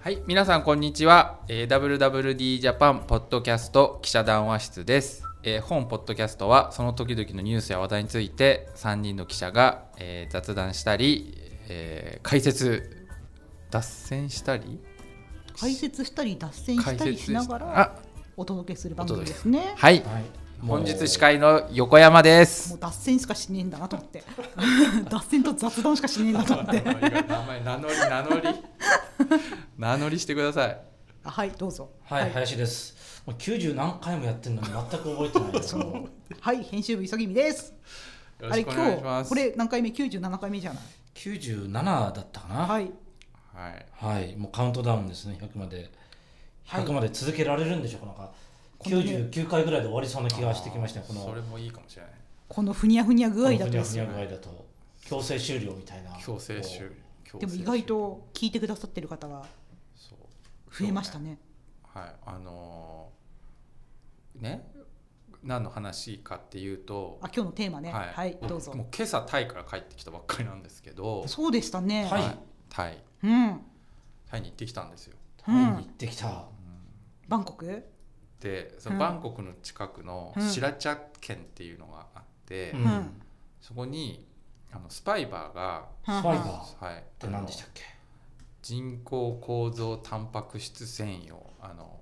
はい、皆さんこんにちは。えー WWD ジャパンポッドキャスト記者談話室です。えー本ポッドキャストはその時々のニュースや話題について3人の記者が、えー雑談したり、えー解説脱線したり解説したり脱線し解たり説しながらあお届けする番組ですね。はい。はい、本日司会の横山ですもう。脱線しかしねえんだなと思って、 脱線と雑談しかしねえんだと思 って。名前名乗り名乗り 名乗りしてください。あはいどうぞ。はい、林です。もう90何回もやってるのに全く覚えてないです。そうはい編集部急ぎみです。よあろれしく今お願いしま日す。これ何回目？九十七回目じゃない。 97だったかな。は、はいいはい。もうカウントダウンですね。100まではい100まで続けられるんでしょうか。なんかこのね99回ぐらいで終わりそうな気がしてきましたよ。このそれもいいかもしれない。このふにゃふにゃ具合だとこのでふすにゃよふにゃ具合だと強制終了みたいな。強制終強こ制でも終意外と聞いてくださってる方がそう増えましたね。はいあのーね何の話かっていうとあ、今日のテーマね。はいはいどうぞも。う今朝タイから帰ってきたばっかりなんですけどそうでしたね。タイはいタイうんタイに行ってきたんですようタイに行ってきた。バンコク。でそうのんバンコクの近くのうんシラチャ県っていうのがあって、うん。んそこにあのスパイバーが、はんスパイはんバーっはい、って何でしたっけ？人工構造タンパク質繊維をあの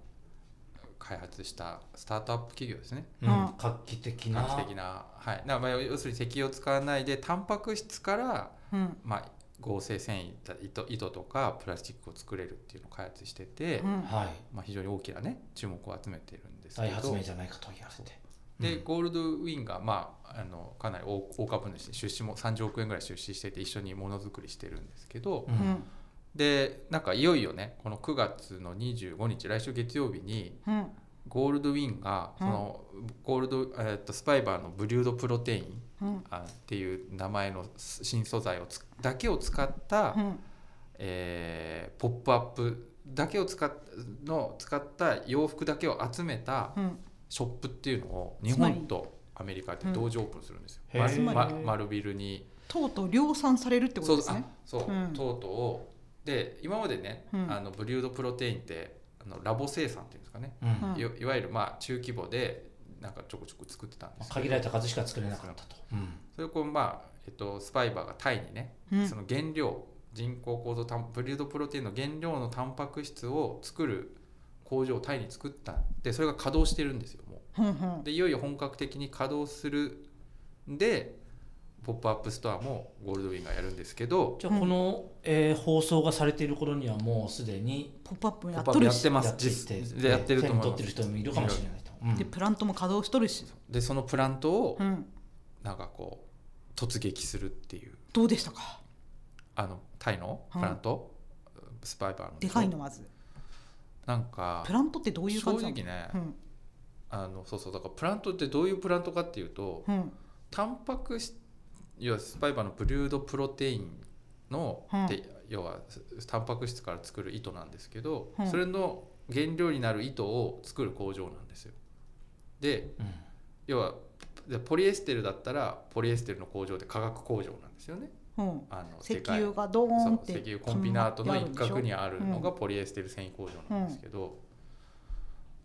開発したスタートアップ企業ですねうんうん画期的な。画期的な、はい、なまあ要するに石油を使わないでタンパク質から、うんまあ、合成繊維だ糸糸とかプラスチックを作れるっていうのを開発してて、うんはい。まあ、非常に大きなね注目を集めているんですけ大発ど明じゃないかと言われて。でうんゴールドウィンが、まあ、あのかなり大大株主で出資も30億円ぐらい出資してて一緒にものづくりしてるんですけど、ううんんでなんかいよいよねこの9月の25日来週月曜日にうんゴールドウィンがその、ゴールド、えーっとスパイバーのブリュードプロテインうんあっていう名前の新素材をつだけを使った、うんえーポップアップだけを使っの使った洋服だけを集めたうんショップっていうのを日つまり本とアメリカで同時オープンするんですよ。うんへ丸ーま丸ビルにとうとう量産されるってこそとうですあね。そう、うんとうとうをで今までね、うんあのブリュードプロテインってあのラボ生産っていうんですかね、うんうんいわいわゆるまあ中規模でなんかちょこちょこ作ってたんですけど限られた数しか作れなかったと。それをこうまあ、えっと、スパイバーがタイにね、うんその原料人工構造タンブリュードプロテインの原料のタンパク質を作る工場をタイに作ったんでそれが稼働してるんですよもうんうんうでいよいよ本格的に稼働するんでポップアップストアもゴールドウィンがやるんですけどじゃあこの、えー放送がされている頃にはもうすでにポップアップもポッやっプアとップるやってし、ますやってい実てでやってると思手いにま取ってるす人もいるかもしれないと。うんでプラントも稼働しとるし、でそのプラントをうん、なんかこう突撃するっていうどうでしたか？あのタイのプラント、スパイバーのでかいのまず。なんかプラントってどういう感じなの？正直ねうんあのそうそうだからプラントってどういうプラントかっていうとうんタンパク質要はスパイバーのブリュードプロテインの、うんで要はすタンパク質から作る糸なんですけど、うんそれの原料になる糸を作る工場なんですよ。でうん要はでポリエステルだったらポリエステルの工場で化学工場なんですよね。うん、あの石でかい油がドーそンうって石油コンビナートの一角にああるのがポリエステル繊維工場なんですけど、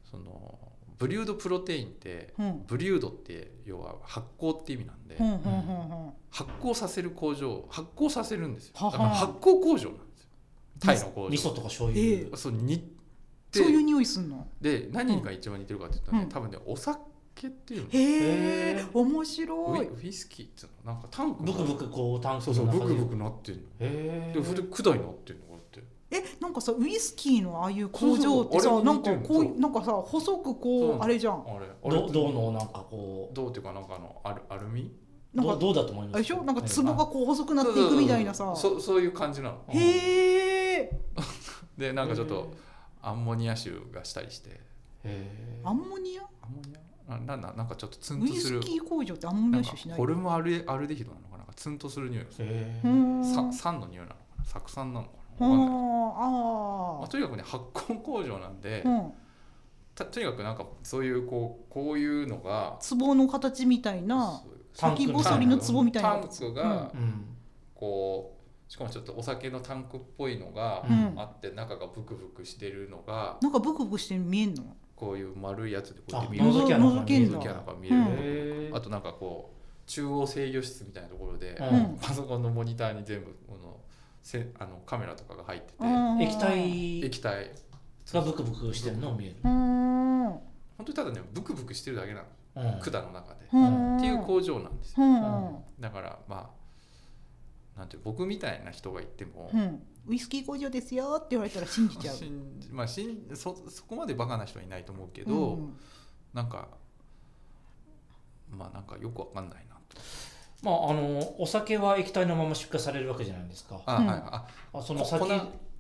そのブリュードプロテインって、うんブリュードって要は発酵って意味なんで、うんうんうんうんうん。発酵させる工場発酵させるんですよははだから発酵工場なんですよタイの工味噌場とか醤油、ええそうにってそういう匂いすんの。で何が一番似てるかっていうとね、うん多分ねお酒っていうの、へえへえ面ウ白いィ。ウイスキーっていうのなんかタンクブクブクこう炭そうそ素うのブ中クでブクなってるのへえでそれ管になってるのこうやってえなんかさウイスキーのああいう工場ってそうそうさあれなに似んてかるこういそううなんかさ細くこそううあれじゃん。あれあれど銅のなんかこう銅っていうかなんかあのアルアルミなんどうかどうだと思いますあれでしょなんか壺えがこう細くなっていくみたいなさ。そうそういう感じなのうへえ。でなんかちょっとアンモニア臭がしたりしてえアンモニア？アンモニアななななんかちょっとツンウとイすスるキー工場ってアンモなんニアか臭しないホルムアルアルデヒドなのかななんかツンとする匂いがするへうえんさ酸の匂いなのかな酢酸なのかあなわかんないまあ、あとにかくね発酵工場なんで、ーうんたとにかくなんかそういうこうこういうのが壺の形みたいなそうタンク先細りの壺みたいなタンクがうんこうしかもちょっとお酒のタンクっぽいのがうんあって中がブクブクしてるのがなんかブクブクして見えんのこういう丸いやつでこうやって見ある覗ときき穴が覗けんキだャラが見うれるんへーあとなんかこう中央制御室みたいなところで、うんパソコンのモニターに全部このせあのカメラとかが入ってて、あー液体液体がブクブクしてるのを見える、うーんう本当にただねブクブクしてるだけなの、うん管の中で、ーんっていう工場なんですようんだからまあなんていう僕みたいな人がいても、うんウイスキー工場ですよって言われたら信じちゃうしんまあ、しんそそこまでバカな人はいないと思うけけど、なんかまあなんかよくわかんないなとまああのお酒は液体のまま出荷されるわけじゃないですかああ、うんはいあそのこ先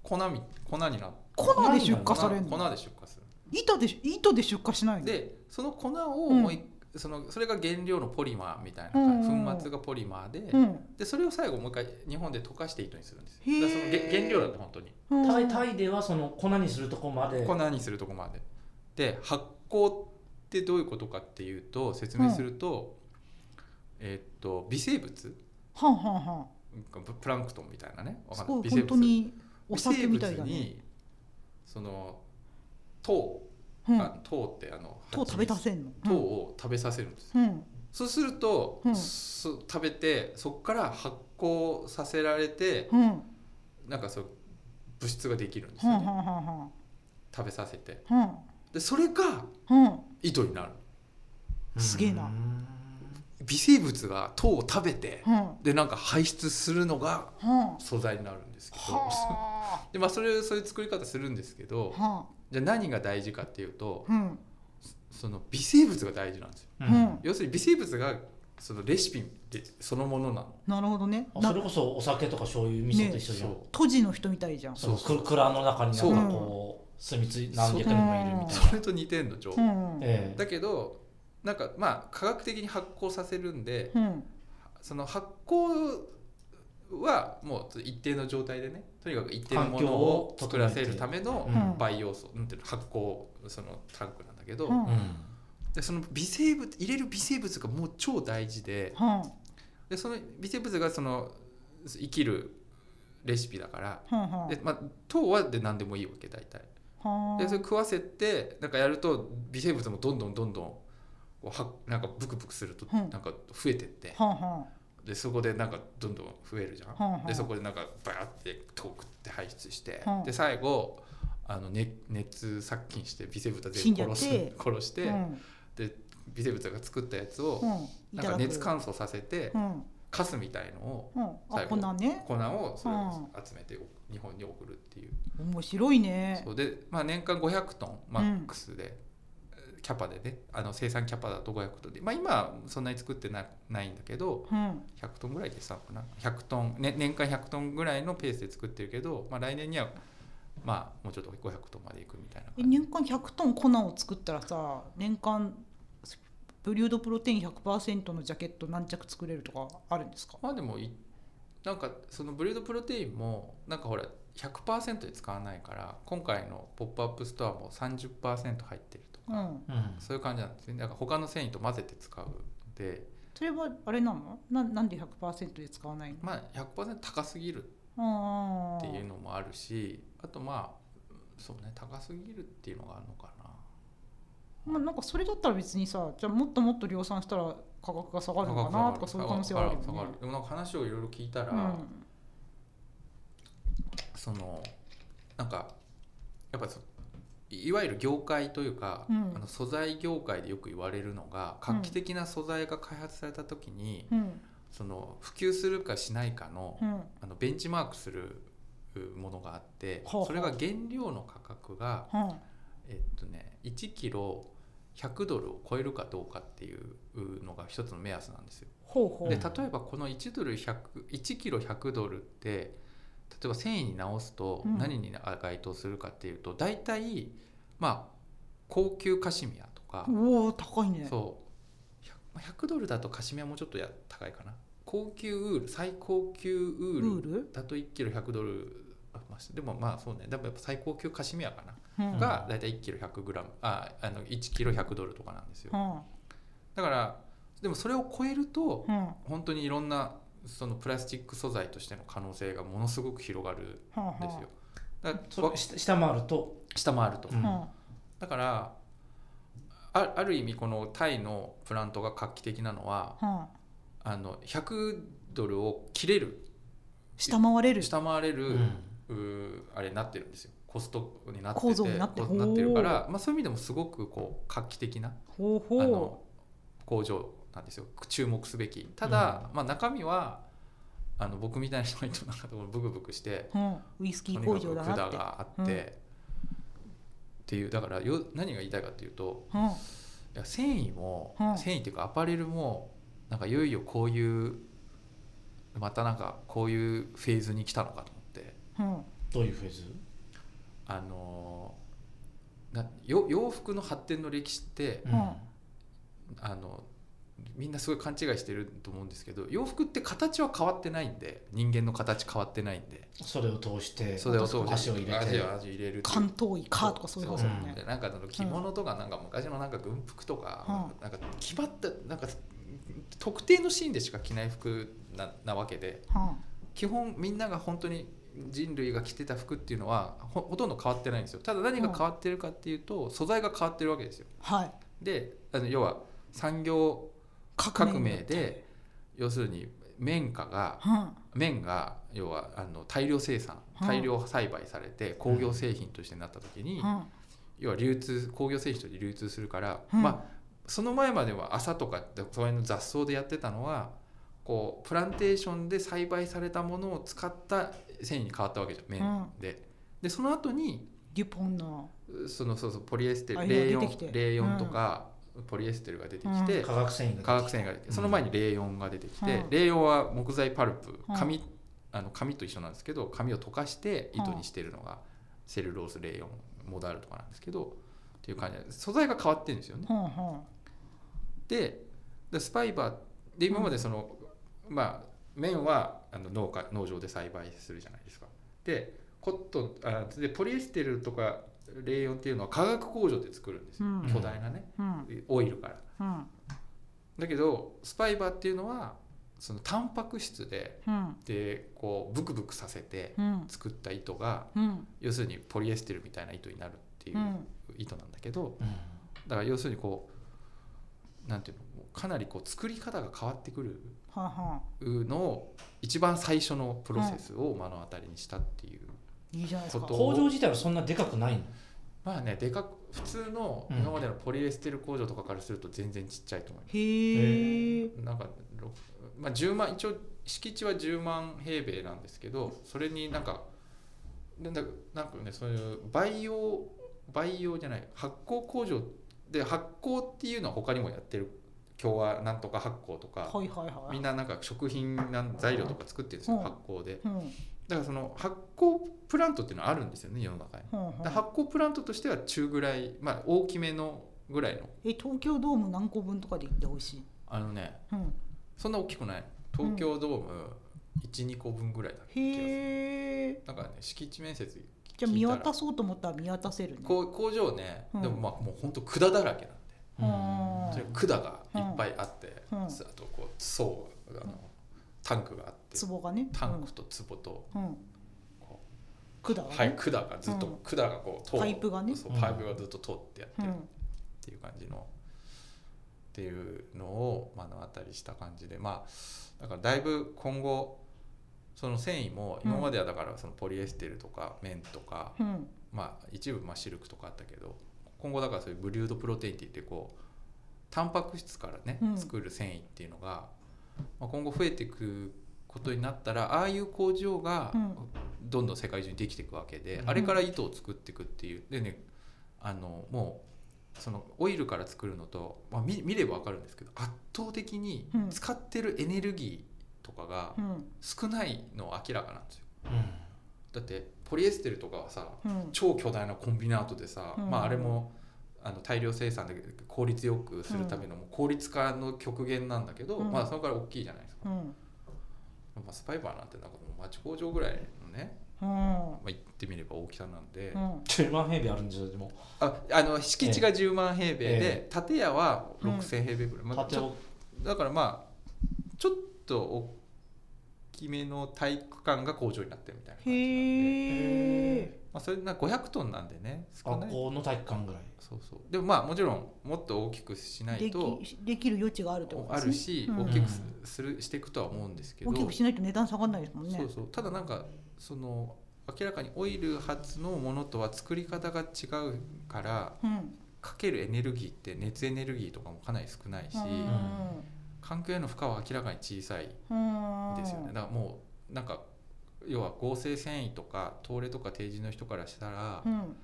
粉粉み粉になっ粉で出荷される粉ので出荷する糸で糸で出荷しないのでその粉をもうい、そのそれが原料のポリマーみたいな感じ、うん粉末がポリマーで、うんでそれを最後もう一回日本で溶かして糸にするんですよへーだからそのげ原料だって本当にうんタイタイではその粉にするとこまで粉にするとこまでで発酵ってどういうことかっていうと説明すると、えーっと微生物はんはんはんププランクトンみたいなねわすかんないごい微本当にお酒みたい微生だ物ねにその糖、うんあ糖ってあの糖食べさせんの糖を食べさせるんですよ、うんうんそうすると、うんそ食べてそこから発酵させられてうんはなんかそう物質ができるんですんはよんね、はんはん食べさせてうんでそれがうん糸になるすげえなうん微生物が糖を食べてうんはでなんか排出するのがあ素材になるんですけど、はでまあそれそういう作り方するんですけあどはじゃあ何が大事かっていうとあうんその微生物が大事なんですよううんん要するに微生物がそのレシピでそのものなのなるほどねあなそれこそお酒とか醤油味噌と一緒じゃん、ね都市の人みたいじゃんそのそうそうく蔵の中になんかこう住みつい何百人もいるみたいなそれと似てんの情報、うんうんええだけどなんかまあ科学的に発酵させるんでうんその発酵はもう一定の状態でねとにかく一定のものを環作境を整えらてせるためのうん培養素、なんていうの発酵そのタンクなんだけど、うんうでその微生物入れる微生物がもう超大事ではでその微生物がその生きるレシピだからあはあはで、まあ、糖はで何でもいいわけ大体。あはあでそれ食わせてなんかやると微生物もどんどんどんどんこうはなんかブクブクするとうんなんか増えてって、はあはでそこでなんかどんどん増えるじゃん、うんうんでそこでなんかバーって遠くって排出して、うんで最後あの、ね、熱殺菌して微生物は死全ん部じゃって殺す 殺しあて、微生物が作ったやつを、うんいなんただかく熱乾燥させて、うんカスみたいのをうんあ最後粉ね粉をそれを集めて日本に送るっていう面白いねそうで、まあ、年間500トンマックスで、キャパでねあの生産キャパだと500トンで、まあ、今はそんなに作ってなないんだけどうん100トンぐらいでさかな100トン、ね、年間100トンぐらいのペースで作ってるけど、まあ、来年には、まあ、もうちょっと500トンまでいくみたいなえ感じ年間100トン粉を作ったらさ年間ブリュードプロテイン100%のジャケット何着作れるとかあるんですかまあでもいなんかそのブレードプロテインもなんかほら100%で使わないから今回のポップアップストアも30%入ってるとうか、んんそういう感じなんですねだから他の繊維と混ぜて使うんで。それはあれなのななんで100%で使わないのまあ、100%高すぎるあってーいうのもあるしあとまあそうね高すぎるっていうのがあるのかなまあ、なんかそれだったら別にさじゃあもっともっと量産したら価格が下がるのかなとかそういう可能性はあるよね下が下がでもなんか話をいろいろ聞いたら、うんそのなんかやっぱそいわゆる業界というか、うんあの素材業界でよく言われるのが画期的な素材が開発された時に、うんその普及するかしないかの,、うんあのベンチマークするうものがあって、ほうほうそれが原料の価格がうんえっとね1キロ100ドルを超えるかどうかっていうのが一つの目安なんですよ。ほうほうでうん例えばこの1ドル100 1キロ100ドルって例えば繊維に直すとうん何に該当するかっていうと、大体まあ高級カシミヤとか、おお高いねそう100まあ100ドルだとカシミヤもうちょっとや高いかな高級ウール最高級ウルーールル、だと1キロ100ドルあまあでもまあそうねでもやっぱ最高級カシミヤかなうん、が大体1キロ100グラムああの1キロ100ドルとかなんですようんだからでもそれを超えるとうん本当にいろんなそのプラスチック素材としての可能性がものすごく広がるんではあはあすよ。だからそれ下下回ると、下回ると、うんはだからあある意味このタイのプラントが画期的なのはあはああの100ドルを切れる下回れる下回れる、うんうーあれになってるんですよコストになってて構造になってこうなってるから、まあ、そういう意味でもすごくこう画期的なほうあほの工場なんですよ注目すべきただ、まあ、中身はあの僕みたいな人がいるとなんかこうブクブクしてう、うん、ウイスキー工場だとにかなく管って、があって、っていうだからよ何が言いたいかっていうとうん、いや繊維も、うん繊維っていうかアパレルもなんかいよいよこういうまたなんかこういうフェーズに来たのかと思ってうん、どういうフェーズあのーなよ洋服の発展の歴史って、んあのみんなすごい勘違いしてると思うんですけど洋服って形は変わってないんで人間の形変わってないんでそれを通して袖を通して足を入れ足てを足を入れるっていう関東医かとかそういうことだよそうねでなんかその着物とかなんか昔のなんか軍服とか、なんか決まったなんか特定のシーンでしか着ない服ななわけでは基本みんなが本当に人類が着てた服っていうのはほほとんど変わってないんですよただ何が変わってるかっていうと、素材が変わってるわけですよあはいであの要は産業革命で要するに綿花がは綿が要はあの大量生産うん大量栽培されて工業製品としてなった時に、あは要は流通工業製品として流通するから、うんまあその前までは朝とかその辺の雑草でやってたのはこうプランテーションで栽培されたものを使った繊維に変わったわけじゃんうん綿で。でその後にデュポンのそのそうそうポリエステあルれレーヨが出てきてンレーヨンとか、ポリエステルが出てきて、化学繊維が化学繊維が出てきてその前にレーヨンが出てきて、うんレーヨンは木材パルプうん紙,、あの紙と一緒なんですけど紙を溶かして糸にしてるのがセルロースレーヨンモダルとかなんですけどっていう感じで素材が変わってるんですよね。はあはででスパイバーで今までその、まあ綿はあの農家農場で栽培するじゃないですか。でコットンあでポリエステルとかレーヨンっていうのは化学工場で作るんですよ、うん巨大なねあうんオイルから。うんだけどスパイバーっていうのはそのタンパク質でうんでこうブクブクさせてうん作った糸がうん要するにポリエステルみたいな糸になるっていううん糸なんだけどうんだから要するにこうなんていうのかなりこう作り方が変わってくるはあはあのを一番最初のプロセスを目の当たりにしたっていう、いいじゃないですかこと工場自体はそんなでかくないのまあねでかく普通のうん今までのポリエステル工場とかからすると全然ちっちゃいと思います。へえなんか、ろくまあ、10万一応敷地は10万平米なんですけどそれになんかなんだなんかねそういう培養培養じゃない発酵工場で発酵っていうのは他にもやってる今日はなんとか発酵とかはいはいはいみんななんか食品なん材料とか作ってるんですようん発酵でうんだからその発酵プラントっていうのはあるんですよね世の中に。うんうんだから発酵プラントとしては中ぐらい、まあ、大きめのぐらいのえ東京ドーム何個分とかで行ってほしいあのねうんそんな大きくない東京ドーム12、個分ぐらいだった気がするへえなんかね敷地面積じゃあ聞見いた渡らそうと思ったら見渡せるねこう工場ね、うんでもまあもうほんと管だらけなんで、うんそれ管がいっぱいあって、うんうんあとこう層があのタンクがあって壺がねタンクと壺と、うんうんこう管がねはい、管がずっと、うん管がこう通パイプがねそううんパイプがずっと通ってやってうるっんていう感じの、っていうのを目の当たりした感じでまあだからだいぶ今後その繊維も今まではだからそのポリエステルとか綿とか、うんまあ一部まあシルクとかあったけど今後だからそういうブリュードプロテインって言ってこうタンパク質からねうん作る繊維っていうのが、まあ、今後増えていくことになったらああいう工場がうんどんどん世界中にできていくわけで、うんあれから糸を作っていくっていうでねあのもうそのオイルから作るのと、まあ、見見れば分かるんですけど圧倒的にうん使ってるエネルギーとかがうん少ないのは明らかなんですよ。うんだってポリエステルとかはさうん超巨大なコンビナートでさ、うんまあ、あれもあの大量生産で効率よくするためのもう効率化の極限なんだけど、うんまあ、そのからい大きいじゃないですか、うんまあ、スパイバーなんてなんかもう町工場ぐらいのね、うんまあ、言ってみれば大きさなんで、うん10万平米あるんですよでもああの敷地が10万平米で、え建屋は6,000平米ぐらい、まあ、ち縦ょをだからまあちょっとおきめの体育館が工場になってるみたいなへ感じなんで、えまあ、それな500トンなんでね少な学い校の体育館ぐらいそうそうでもまあもちろんもっと大きくしないでときできる余地があるってことあでするねし、うん大きくすするしていくとは思うんですけど大きくしないと値段下がらないですもんねそうそうただなんかその明らかにオイル発のものとは作り方が違うからうんかけるエネルギーって熱エネルギーとかもかなり少ないし、環境への負荷は明らかに小さいうんですよねだからもうなんか要は合成繊維とか東レとか定時の人からしたら、うん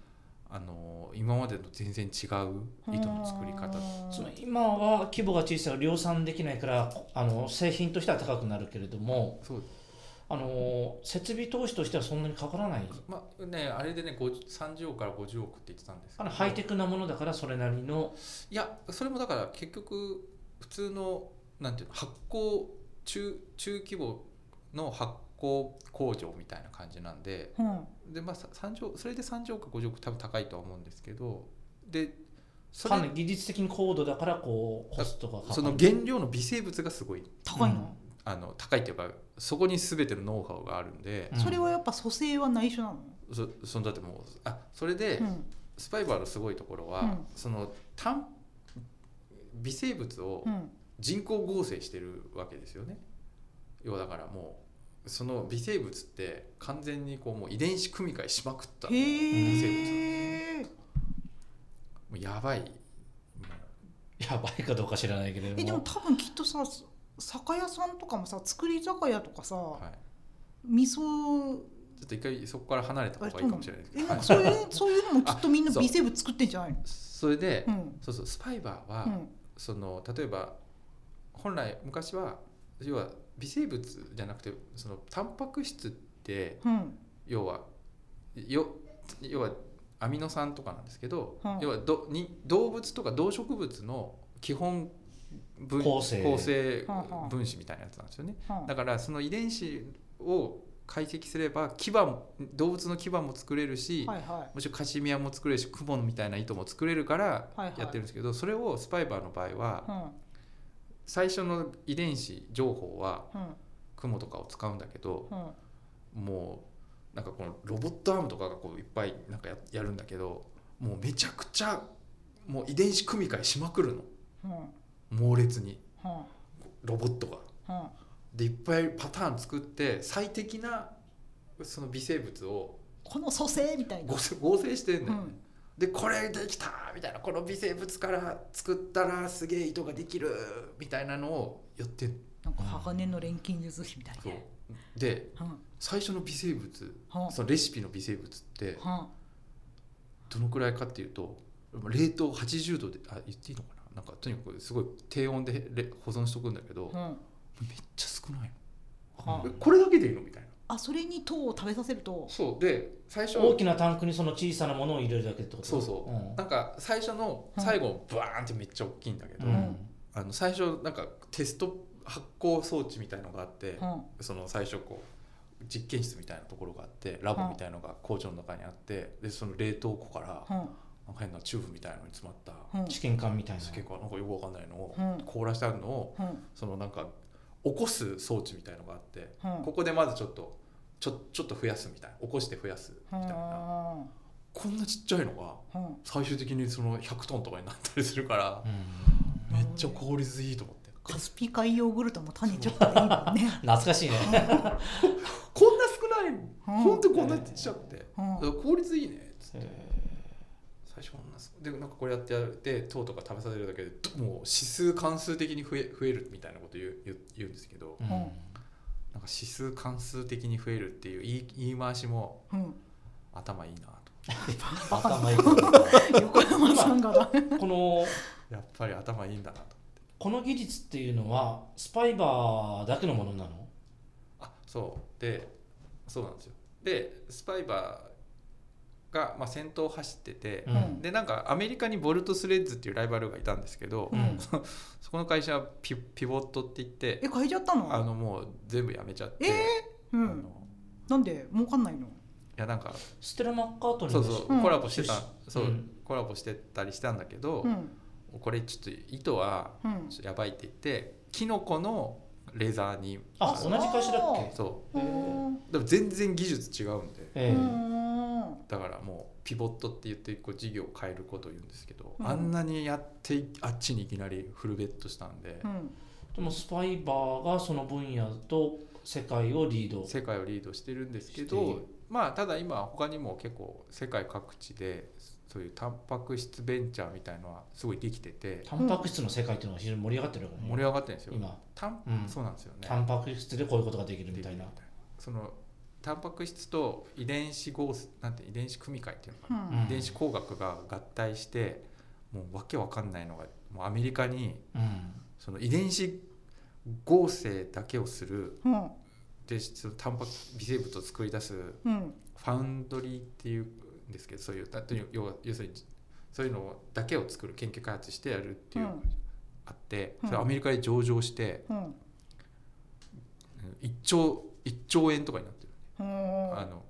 あの今までと全然違う糸の作り方うんその今は規模が小さい量産できないからあの製品としては高くなるけれどもそうあの設備投資としてはそんなにかからないまあねあれでね50 30億から50億って言ってたんですけあどのハイテクなものだからそれなりのいやそれもだから結局普通のなんていうの発酵中中規模の発酵工場みたいな感じなんでうんで、まあ、さ30億それで30億か50億多分高いとは思うんですけどでそかなれり技術的に高度だからこうコストがかかるそ の原料の微生物がすごい高いな、あの高いっていうかそこに全てのノウハウがあるんで、うんそれはやっぱ蘇生は内緒なの、そそのだってもうあそれで、うんスパイバーのすごいところは、うんその単微生物をうん人工合成してるわけですよね。要はだからもうその微生物って完全にこうもう遺伝子組み換えしまくったへ微生え物もうやばいもやばいかどうか知らないけれどもえでも多分きっとさ酒屋さんとかもさ作り酒屋とかさ、う、はい、味ち噌ょっと一回そこから離れたあ方がれいいかもしれないですけえど、なんはいかそういう そういうのもきっとみんなあそう微生物作ってんじゃないのそれで、うんそうそうスパイバーは、うんその例えば本来昔は要は微生物じゃなくてそのタンパク質ってうん要はよ要はアミノ酸とかなんですけど、はい要はどに動物とか動植物の基本分構成はいはい分子みたいなやつなんですよね、はだからその遺伝子を解析すれば牙も動物の牙も作れるし、いはいはもちろんカシミヤも作れるしクモみたいな糸も作れるからはいはいやってるんですけど、それをスパイバーの場合はい最初の遺伝子情報はうんクモとかを使うんだけど、うんうんもうなんかこのロボットアームとかがこういっぱいなんかややるんだけどもうめちゃくちゃもう遺伝子組み換えしまくるのうん猛烈にうんロボットが。うんでいっぱいパターン作って最適なその微生物をこの蘇生みたいな合成合成してんうだよね。んでこれできたみたいなこの微生物から作ったらすげえ糸ができるみたいなのをやってんのなんか鋼の錬金術師みたいそうでなうん最初の微生物はんそのレシピの微生物ってはどのくらいかっていうと冷凍80度であ言っていいのかななんかとにかくすごい低温でれ保存しとくんだけど、んうんめっちゃ少ないはの、えこれだけでいいのみたいなあそれに糖を食べさせるとそうで最初大きなタンクにその小さなものを入れるだけってことそうそう、んなんか最初のうん最後バーンってめっちゃ大きいんだけど、うんあの最初なんかテスト発酵装置みたいのがあって、うんその最初こう実験室みたいなところがあってラボみたいのが工場の中にあってでその冷凍庫からうんなんか変なチューブみたいのに詰まった、うん試験管みたいな結構なんかよくわかんないのをうん凍らしてあるのをうんそのなんか起こす装置みたいのがあってうんここでまずちょっとちょちょっと増やすみたいな起こして増やすみたいなこんなちっちゃいのがうん最終的にその100トンとかになったりするからうんめっちゃ効率いいと思ってカスピ海ヨーグルトも種ちょっとでいいもんね。懐かしいねこんな少ないうん本当こんなちっちゃくてうんだから効率いいねっつってえ最初こんなすでなんかこれやってやって糖とか食べさせるだけでどもう指数関数的に増え増えるみたいなこと言う言う言うんですけどーうんなんか指数関数的に増えるっていう言い言い回しもうん、頭いいなと頭いい 横山さんがだ。このやっぱり頭いいんだなとこの技術っていうのはスパイバーだけのものなのあそうでそうなんですよでスパイバーが、まあ、先頭を走ってて、んでなんかアメリカにボルトスレッズっていうライバルがいたんですけど、うんそこの会社はピピボットって言ってえ、変えちゃったの。あのもう全部やめちゃって、えうあのん、なんで儲かんないの。いやなんかステラ・マッカートニーそうのそう、うんコラボしてた出身そう、うんコラボしてたりしたんだけど、うん、これちょっと糸はうんちょっとやばいって言ってキノコのレザーにあ同じ会社だっけそへうんうでも全然技術違うんでええうんだからもうピボットって言ってこう事業を変えることを言うんですけど、うんあんなにやっていあっちにいきなりフルベットしたんでう、んでもスパイバーがその分野と世界をリード世界をリードしてるんですけしていどるまあただ今他にも結構世界各地でそういうタンパク質ベンチャーみたいのはすごいできててタンパク質の世界っていうのが非常に盛り上がってるわけね盛り上がってるんですよ。今タンうんそうなんですよねタンパク質でこういうことができるみたいなそのタンパク質と遺伝子合成なんて遺伝子組み換えっていうのかうな、ん遺伝子工学が合体してもうわけわかんないのがもうアメリカにうんその遺伝子合成だけをするうんでそのタンパク微生物を作り出すフうんァウンドリーっていうんですけどそういうだとに要は要するにそういうのだけを作る研究開発してやるっていうのがうんあって、うんそれアメリカで上場してうん1兆1兆円とかになってる、うんあの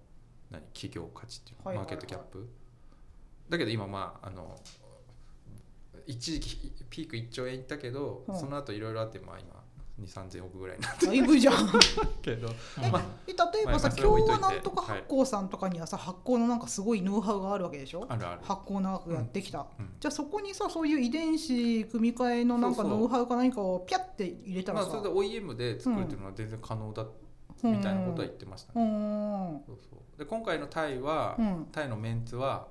何企業価値っていうのはいマはーいケッはいトキャップ、だけど今まああの一時期ピーク1兆円いったけど、うんその後いろいろあってまあ今2 3 0 0億ぐらいになってだいぶじゃんるけどうんまあえ 例えまあまばさあそれは置今い日といはてなんとか発酵さんとかにはさ発酵のなんかすごいノウハウがあるわけでしょあるある。発酵長くやってきた、うんじゃあそこにさそういう遺伝子組み換えのなんそかうそうノウハウか何かをピャって入れたまらあ、そさ、れで OEM で作るっていうのは全然可能だみたいなことは言ってましたうね。んうんそうそうで今回のタイは、うんタイのメンツは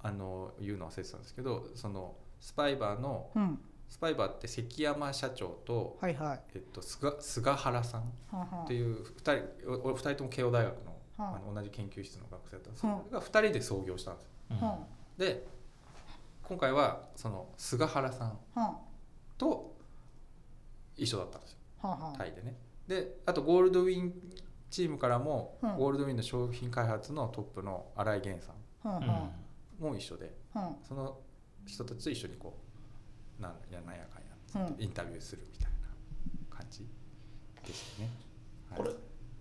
あの言うの忘れてたんですけどそのスパイバーのうんスパイバーって関山社長と、はいはいはえっと、菅菅原さんあはっあていう2人おお二人とも慶応大学の,、はあの同じ研究室の学生だったんですはが2人で創業したんですよ。うんはで今回はその菅原さんあはと一緒だったんですよ。あはあはあタイでねであとゴールドウィンチームからも、うんゴールドウィンの商品開発のトップの新井源さはあうんはんも一緒であはその人たちと一緒にこうなんやなんやかんやあうんインタビューするみたいな感じでしたね。はいこれ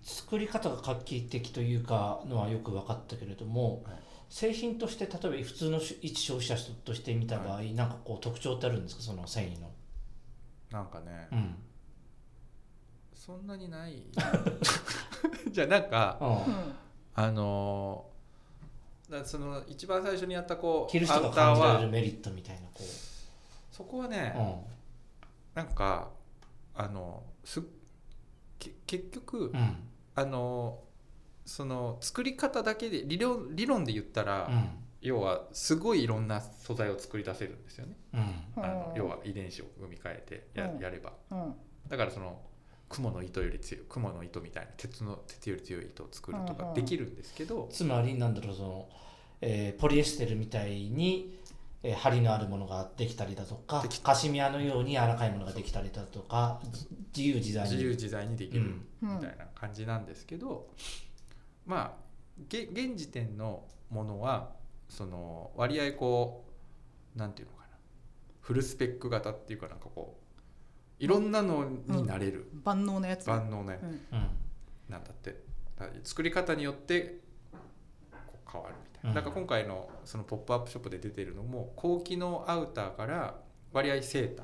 作り方が画期的というかのはよく分かったけれども、はい製品として例えば普通の一消費者として見た場合、なんかこう特徴ってあるんですかその繊維の、なんかね、うんそんなにない じゃあなんかうんあのーだその一番最初にやったこ着るうア人がウタ感ーじられはるメリットみたいなこそこはね、う、うんなんかあのすけ結局、うんあのその作り方だけで理論理論で言ったら、要はすごいいろんな素材を作り出せるんですよね、うんうんあのうん要は遺伝子を組み替えてや,、うんやればうんだからその雲の糸より強い雲の糸みたいな鉄の鉄より強い糸を作るとうんうかんできるんですけど、つまりなんだろうその、えーポリエステルみたいに、えー、張りのあるものができたりだとかできカシミヤのように柔らかいものができたりだとかじ自由自在に自由自在にできるうんみたいな感じなんですけど、まあげ現時点のものはその割合こうなんていうのかなフルスペック型っていうかなんかこういろんなのになれる万能なやつ万能なやつうんうんなんだってだから作り方によってこう変わるみたいな。うんだから今回のそのポップアップショップで出てるのも高機能アウターから割合セータ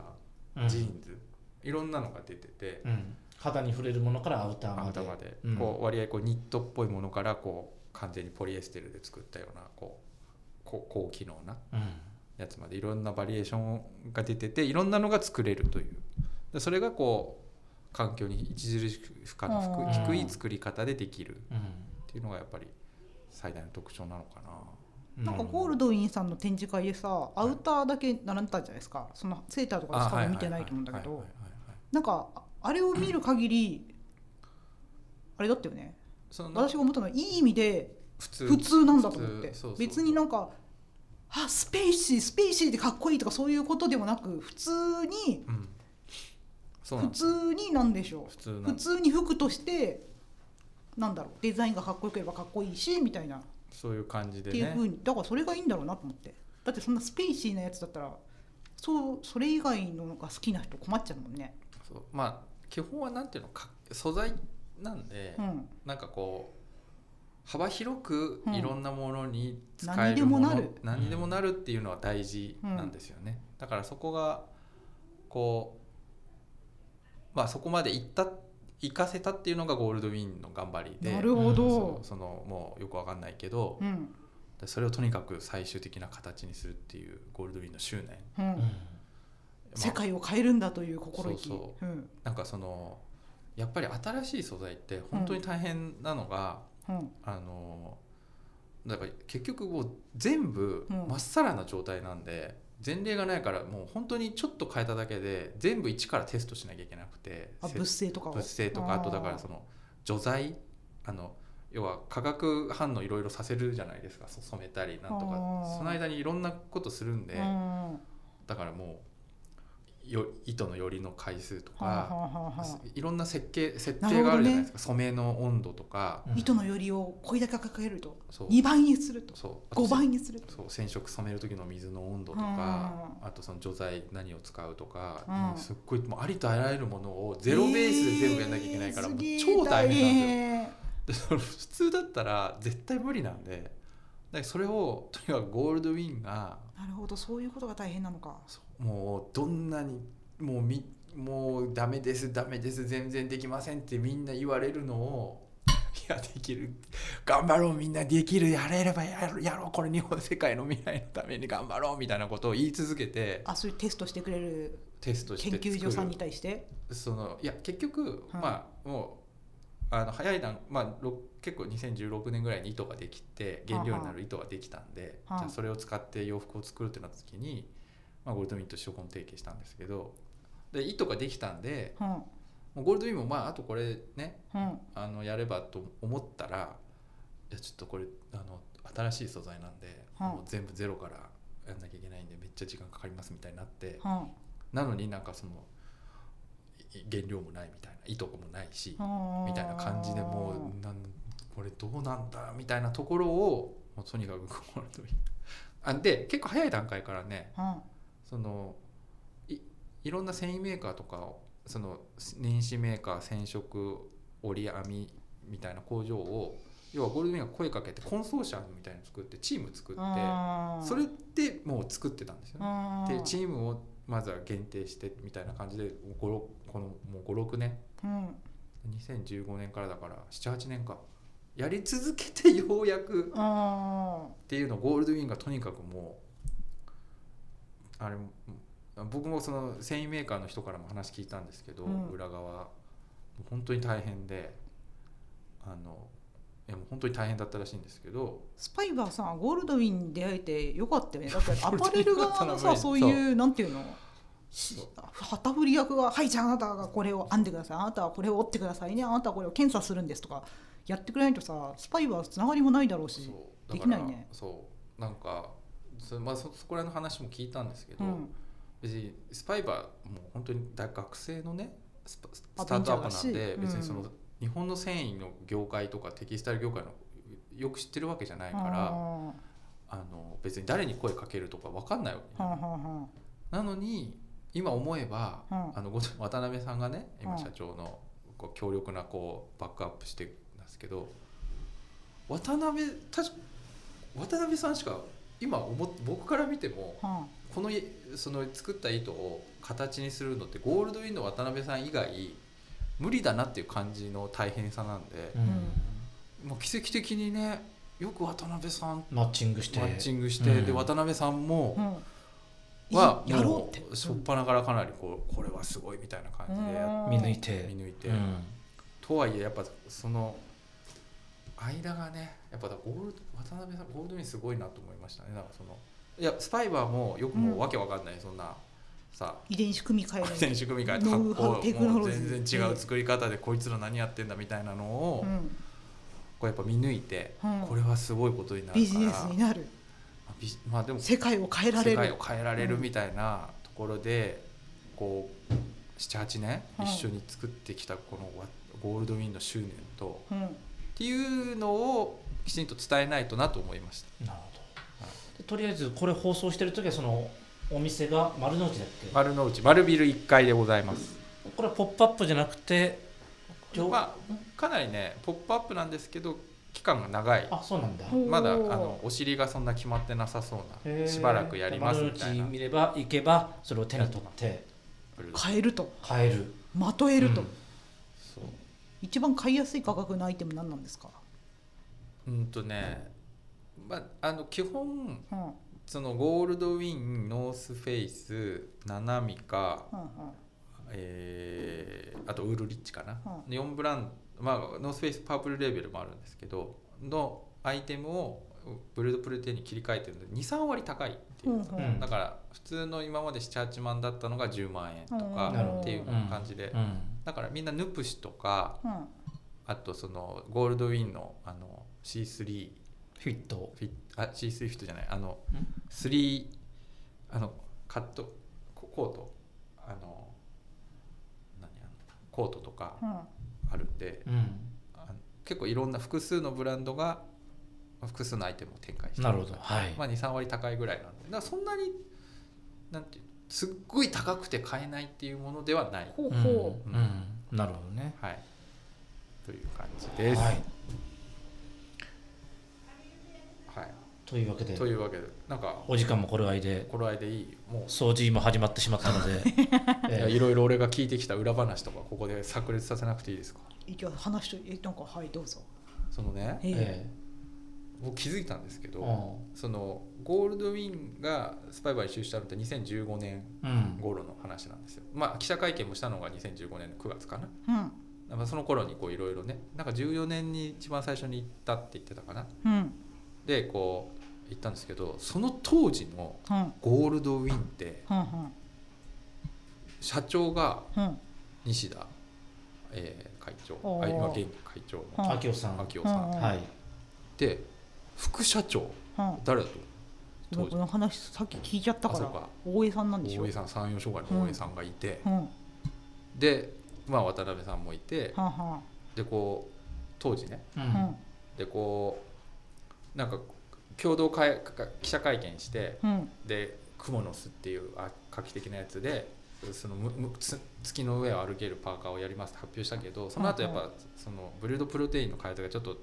うーんジーンズ、いろんなのが出てて。うん肌に触れるものからアウターまで頭で、うんこう割合こうニットっぽいものからこう完全にポリエステルで作ったようなこうこう高機能なうんやつまでいろんなバリエーションが出てていろんなのが作れるというでそれがこう環境に著しく負荷うのん低い低い作り方でできるっうんていうのがやっぱり最大の特徴なのかななんかゴールドウィンさんの展示会でさアウターだけ並んでたじゃないですかそのセーターとかしか見てないと思うんだけはいどはいはいはいなんかああれを見る限りあれだったよねその私が思ったのはいい意味で普通普通なんだと思っ普て通そうそう別になんかあスペーシースペーシーでかっこいいとかそういうことでもなく普通にうんそうな普んです通になんでしょ普通なんうです普通に服としてなんだろうデザインがかっこよければかっこいいしみたいなっそういう感じでていうねふうにだからそれがいいんだろうなと思ってだってそんなスペーシーなやつだったらそうそれ以外のが好きな人困っちゃうもんねそうまあ基本はなんていうのか素材なんで、うんなんかこう幅広くうんいろんなものに使えるもの、何にでもなる何にでもなるっていうのは大事なんですよね、だからそこがこまあ、そこまで行った行かせたっていうのがゴールドウィンの頑張りでなるほそうど。そのもうよくわかんないけど、うん。でそれをとにかく最終的な形にするっていうゴールドウィンの執念、まう。うんんあ世界を変えるんだという心意気。そううん。なんかそのやっぱり新しい素材って本当に大変なのが、うん。あのだから結局もう全部うんまっさらな状態なんで、前例がないからもう本当にちょっと変えただけで全部一からテストしなきゃいけなくてあ、せ物性とかを。物性とかああーとだからその除剤あの要は化学反応いろいろさせるじゃないですかそ染めたりなんとかあーその間にいろんなことするんで、うん。はだからもうよ糸のよりの回数とあか。はあはあはいろんな設計設なる定ほがあどるねじゃないですか、染めの温度とか、うん糸のよりをこれだけかけるとそう2倍にするとそう5倍にすると。そう染色染める時の水の温度とか、あとその除剤何を使うとか、うんすっごいもうありとあらゆるものをゼロベースで全部やんなきゃいけないから、えーもうすげえ超大変なんで大変すよ。でその普通だったら絶対無理なんでだからそれをとにかくゴールドウィンがなるほどそういうことが大変なのか。そうもうどんなにもうみもうダメですダメです全然できませんってみんな言われるのを いやできる頑張ろうみんなできるやれればやろうやろうこれ日本世界の未来のために頑張ろうみたいなことを言い続けてあそういうテストしてくれるテストして研作る究所さんに対して。そのいや結局、はいまあもうあの早い段、まあ、ろ結構2016年ぐらいに糸ができて原料になる糸ができたんで、はあじゃあそれを使って洋服を作るってなった時に、まあ、ゴールドウィンと資本提携したんですけどで糸ができたんでうんうんもうゴールドウィンもまああとこれねあのやればと思ったらいやちょっとこれあの新しい素材なんで、はいもう全部ゼロからやんなきゃいけないんでめっちゃ時間かかりますみたいになって。うんなのになんかそのい原料もないみたいな糸もないしうんみたいな感じでもうなんこれどうなんだみたいなところをもうとにかくこの時あで結構早い段階からねうんそのいいろんな繊維メーカーとかをその年始メーカー染色織り編みみたいな工場を要はゴールドウィンが声かけてコンソーシアムみたいなの作ってチーム作ってうんそれってもう作ってたんですよね。うんでチームをまずは限定してみたいな感じでごろこのもう56年うん2015年からだから78年かやり続けてようやくあっていうのをゴールドウィンがとにかくもうあれ僕もその繊維メーカーの人からも話聞いたんですけど、うん裏側もう本当に大変であのいやもう本当に大変だったらしいんですけどスパイバーさんゴールドウィンに出会えてよかったよねだってアパレル側ゴーのルドウィンさそういうなんていうの旗振り役が「はいじゃああなたがこれを編んでくださいあなたはこれを折ってくださいねあなたはこれを検査するんです」とかやってくれないとさスパイはつながりもないだろうしそうでだきからないねそうなんかそ,、まあ、そそこら辺の話も聞いたんですけど、うん別にスパイバーもう本当に大学生のねスパスあタートアップなんベンチでャーだしうん別にその日本の繊維の業界とかテキスタイル業界のよく知ってるわけじゃないからはあんはの別に誰に声かけるとか分かんないわけ、あはあはなのに今思えば、うんあのご渡辺さんがねう今ん社長のこう強力なこうバックアップしてますけど渡辺確か渡辺さんしか今思っ僕から見てもあはこのいその作った糸を形にするのってゴールドウィンの渡辺さん以外無理だなっていう感じの大変さなんで、もう奇跡的にねよく渡辺さんマッチングしてマッチングして、うんで渡辺さんも、あうんはいやろうってもう初っ端からかなりこうこれはすごいみたいな感じでやっ見抜いててて見抜いて、うんとはいえやっぱその間がねやっぱだゴールド渡辺さんゴールドウィンすごいなと思いましたねなんかそのいやスパイバーもよくもうんうわけわかんない、そんなさ遺伝子組み換え選手組み換えノウハウ発テク酵ノもうロジー全然違う作り方でこいつら何やってんだみたいなのを、のうんこうやっぱ見抜いて、うんこれはすごいことになるからビジネスになるまあビジまあでも世界を変えられ世界るを変えられるみたいなところで、こう78年うん一緒に作ってきたこのわゴールドウィンの執念とうんっていうのをきちんと伝えないとなと思いましたなるほどでとりあえずこれ放送してる時はそのお店が丸の内だっけ丸の内丸ビル1階でございます、これは「ポップアップじゃなくて上まあ、かなりね「ポップアップなんですけど期間が長いあそうなんだほうまだあのお尻がそんな決まってなさそうへなーしばらくやりますみ丸たのい内な見れば行けばそれを手に取ってブルー変えると買えるまとえると、うんそう一番買いやすい価格のアイテム何なんですか、うんとね、まあ、あの基本うんうんそのゴールドウィンノースフェイスナナミカ、うんえーあとウールリッチかな、う4ブランド、まあ、ノースフェイスパープルレーベルもあるんですけどのアイテムをブルードプルテに切り替えてるので23割高いっていうか、うんうんだから普通の今まで78万だったのが10万円とうんなるかほどっていう感じで、うんだからみんなヌプシとかうんあとそのゴールドウィンのあの C3 フィットフィッあ C スイフトじゃないあのん3あのカットココートあの何あのコートとかうんあるんで、うんあの結構いろんな複数のブランドがまあ複数のアイテムを展開してなるほどはい、まあ、23割高いぐらいなんでだからそんなになんていうのすっごい高くて買えないっていうものではない、ほううんほううんなるほどねはい、という感じです。はい、はいというわけでというわけでなんかお時間もこれはいでこの間いいもう掃除も始まってしまった ので、えいやーいろいろ俺が聞いてきた裏話とかここで炸裂させなくていいですかう一応話しとえなんかはいどうぞそのねえええ僕気づいたんですけーど、うそのゴールドウィンがスパイバーに就したのって2015年ん頃の話なんですよまあ記者会見もしたのが2015年の9月かなうんまあその頃にこういろいろねなんか14年に一番最初に行ったって言ってたかなうんでこう行ったんですけどその当時のうんゴールドウィンってうんうん社長がうん西田、えー会長おーあ今現会長うのん秋夫さん秋夫さんうんはいで副社長うん誰だと今この話さっき聞いちゃったかあそうらか大江さんなんでしょ大江さん山陽障害の大江さんがいて、うんはで、まあ、渡辺さんもいてあはでこう当時ねうあうんんでこうなんか共同会か記者会見してうんで「クモの巣」っていうあ画期的なやつでそのむむつ月の上を歩けるパーカーをやりますって発表したけどその後やっうんぱそのブルードプロテインの開発がちょっと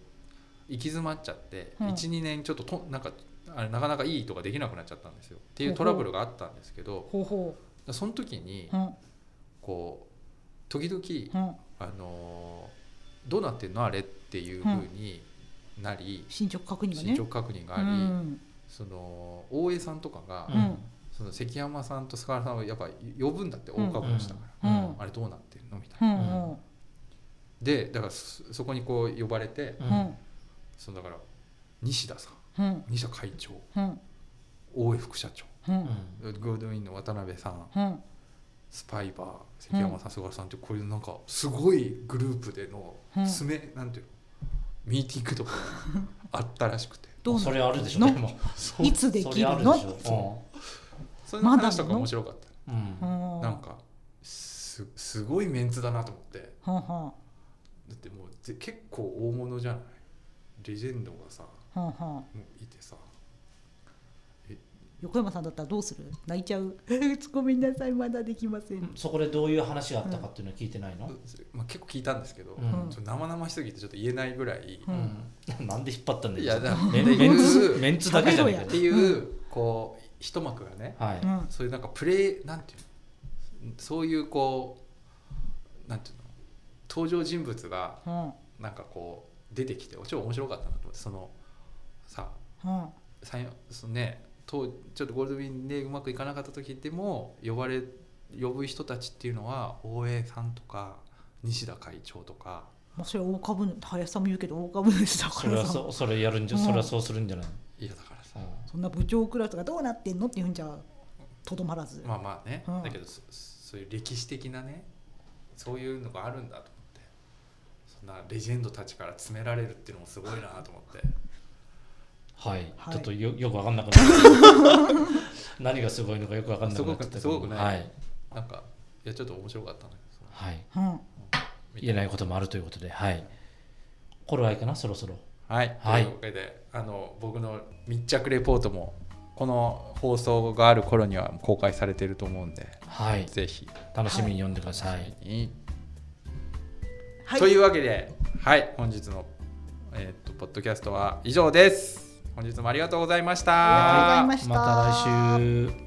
行き詰まっちゃってうん12年ちょっととなんかあれなかなかいいとかできなくなっちゃったんですよっていうトラブルがあったんですけどほうほその時にううんこう時々、うんあのーどうなってんのあれっていうふうになり、進捗確認がね進捗確認があり、うんその大江さんとかが、うんその関山さんと菅原さんをやっぱ呼ぶんだって大株主だから、うんあれどうなってんのみたいうな。んうんでだからそそこにこう呼ばれて、ううんんそのだから西田さんうん西田会長うん大江副社長ううんんゴールドウィンの渡辺さんうんスパイバー関山さん菅原さんってこういうなんかすごいグループでのうん詰め、なんていうのミーティングとかあったらしくてどうそなれあるでしょのでも いつでそきれるあるでのしょそれの話まだなのとか面白かっうんうんたなんかすすごいメンツだなと思ってだはんはってもうぜ結構大物じゃないレジェンドがさんはんはんもういてさ横山さんだったらどうする泣いちゃう ごめんなさいまだできません、そこでどういう話があったかっていうのは聞いてないの、まあ、結構聞いたんですけど、うんちょっと生々しすぎてちょっと言えないぐらい、うんうん なんで引っ張ったんだよいやだメンだメンだツだメンツだけじゃねえっかてよいうこう一幕がねはうい、んそういうなんかプレイなんていうのそういうこうなんていうの登場人物がうんなんかこう出てきて超面白かったなと思ってそのさうんさんそのねとちょっとゴールドウィンでうまくいかなかった時でも呼ばれ呼ぶ人たちっていうのは大江さんとか西田会長とかまあそれは大株主林さんも言うけど大株主だそかれらはさそそれやるんじゃ、うんそれはそうするんじゃない、いやだからさうんそんな部長クラスがどうなってんのっていうんじゃとどまらず、まあまあね、うんだけどそそういう歴史的なねそういうのがあるんだと思ってそんなレジェンドたちから詰められるっていうのもすごいなと思ってはい、はいちょっとよよくわかんなくなった 何がすごいのかよくわかんなくなっちゃったけどすごくすごくねはい、なんかいやちょっと面白かったんだけどはい、うん、言えないこともあるということではいこれはいいかなそろそろはい、はいというわけであの僕の密着レポートもこの放送がある頃には公開されてると思うんではいぜひ、楽しみに読んでください、はいというわけではい本日の、えー、とポッドキャストは以上です本日もありがとうございましたありがとうございましたまた来週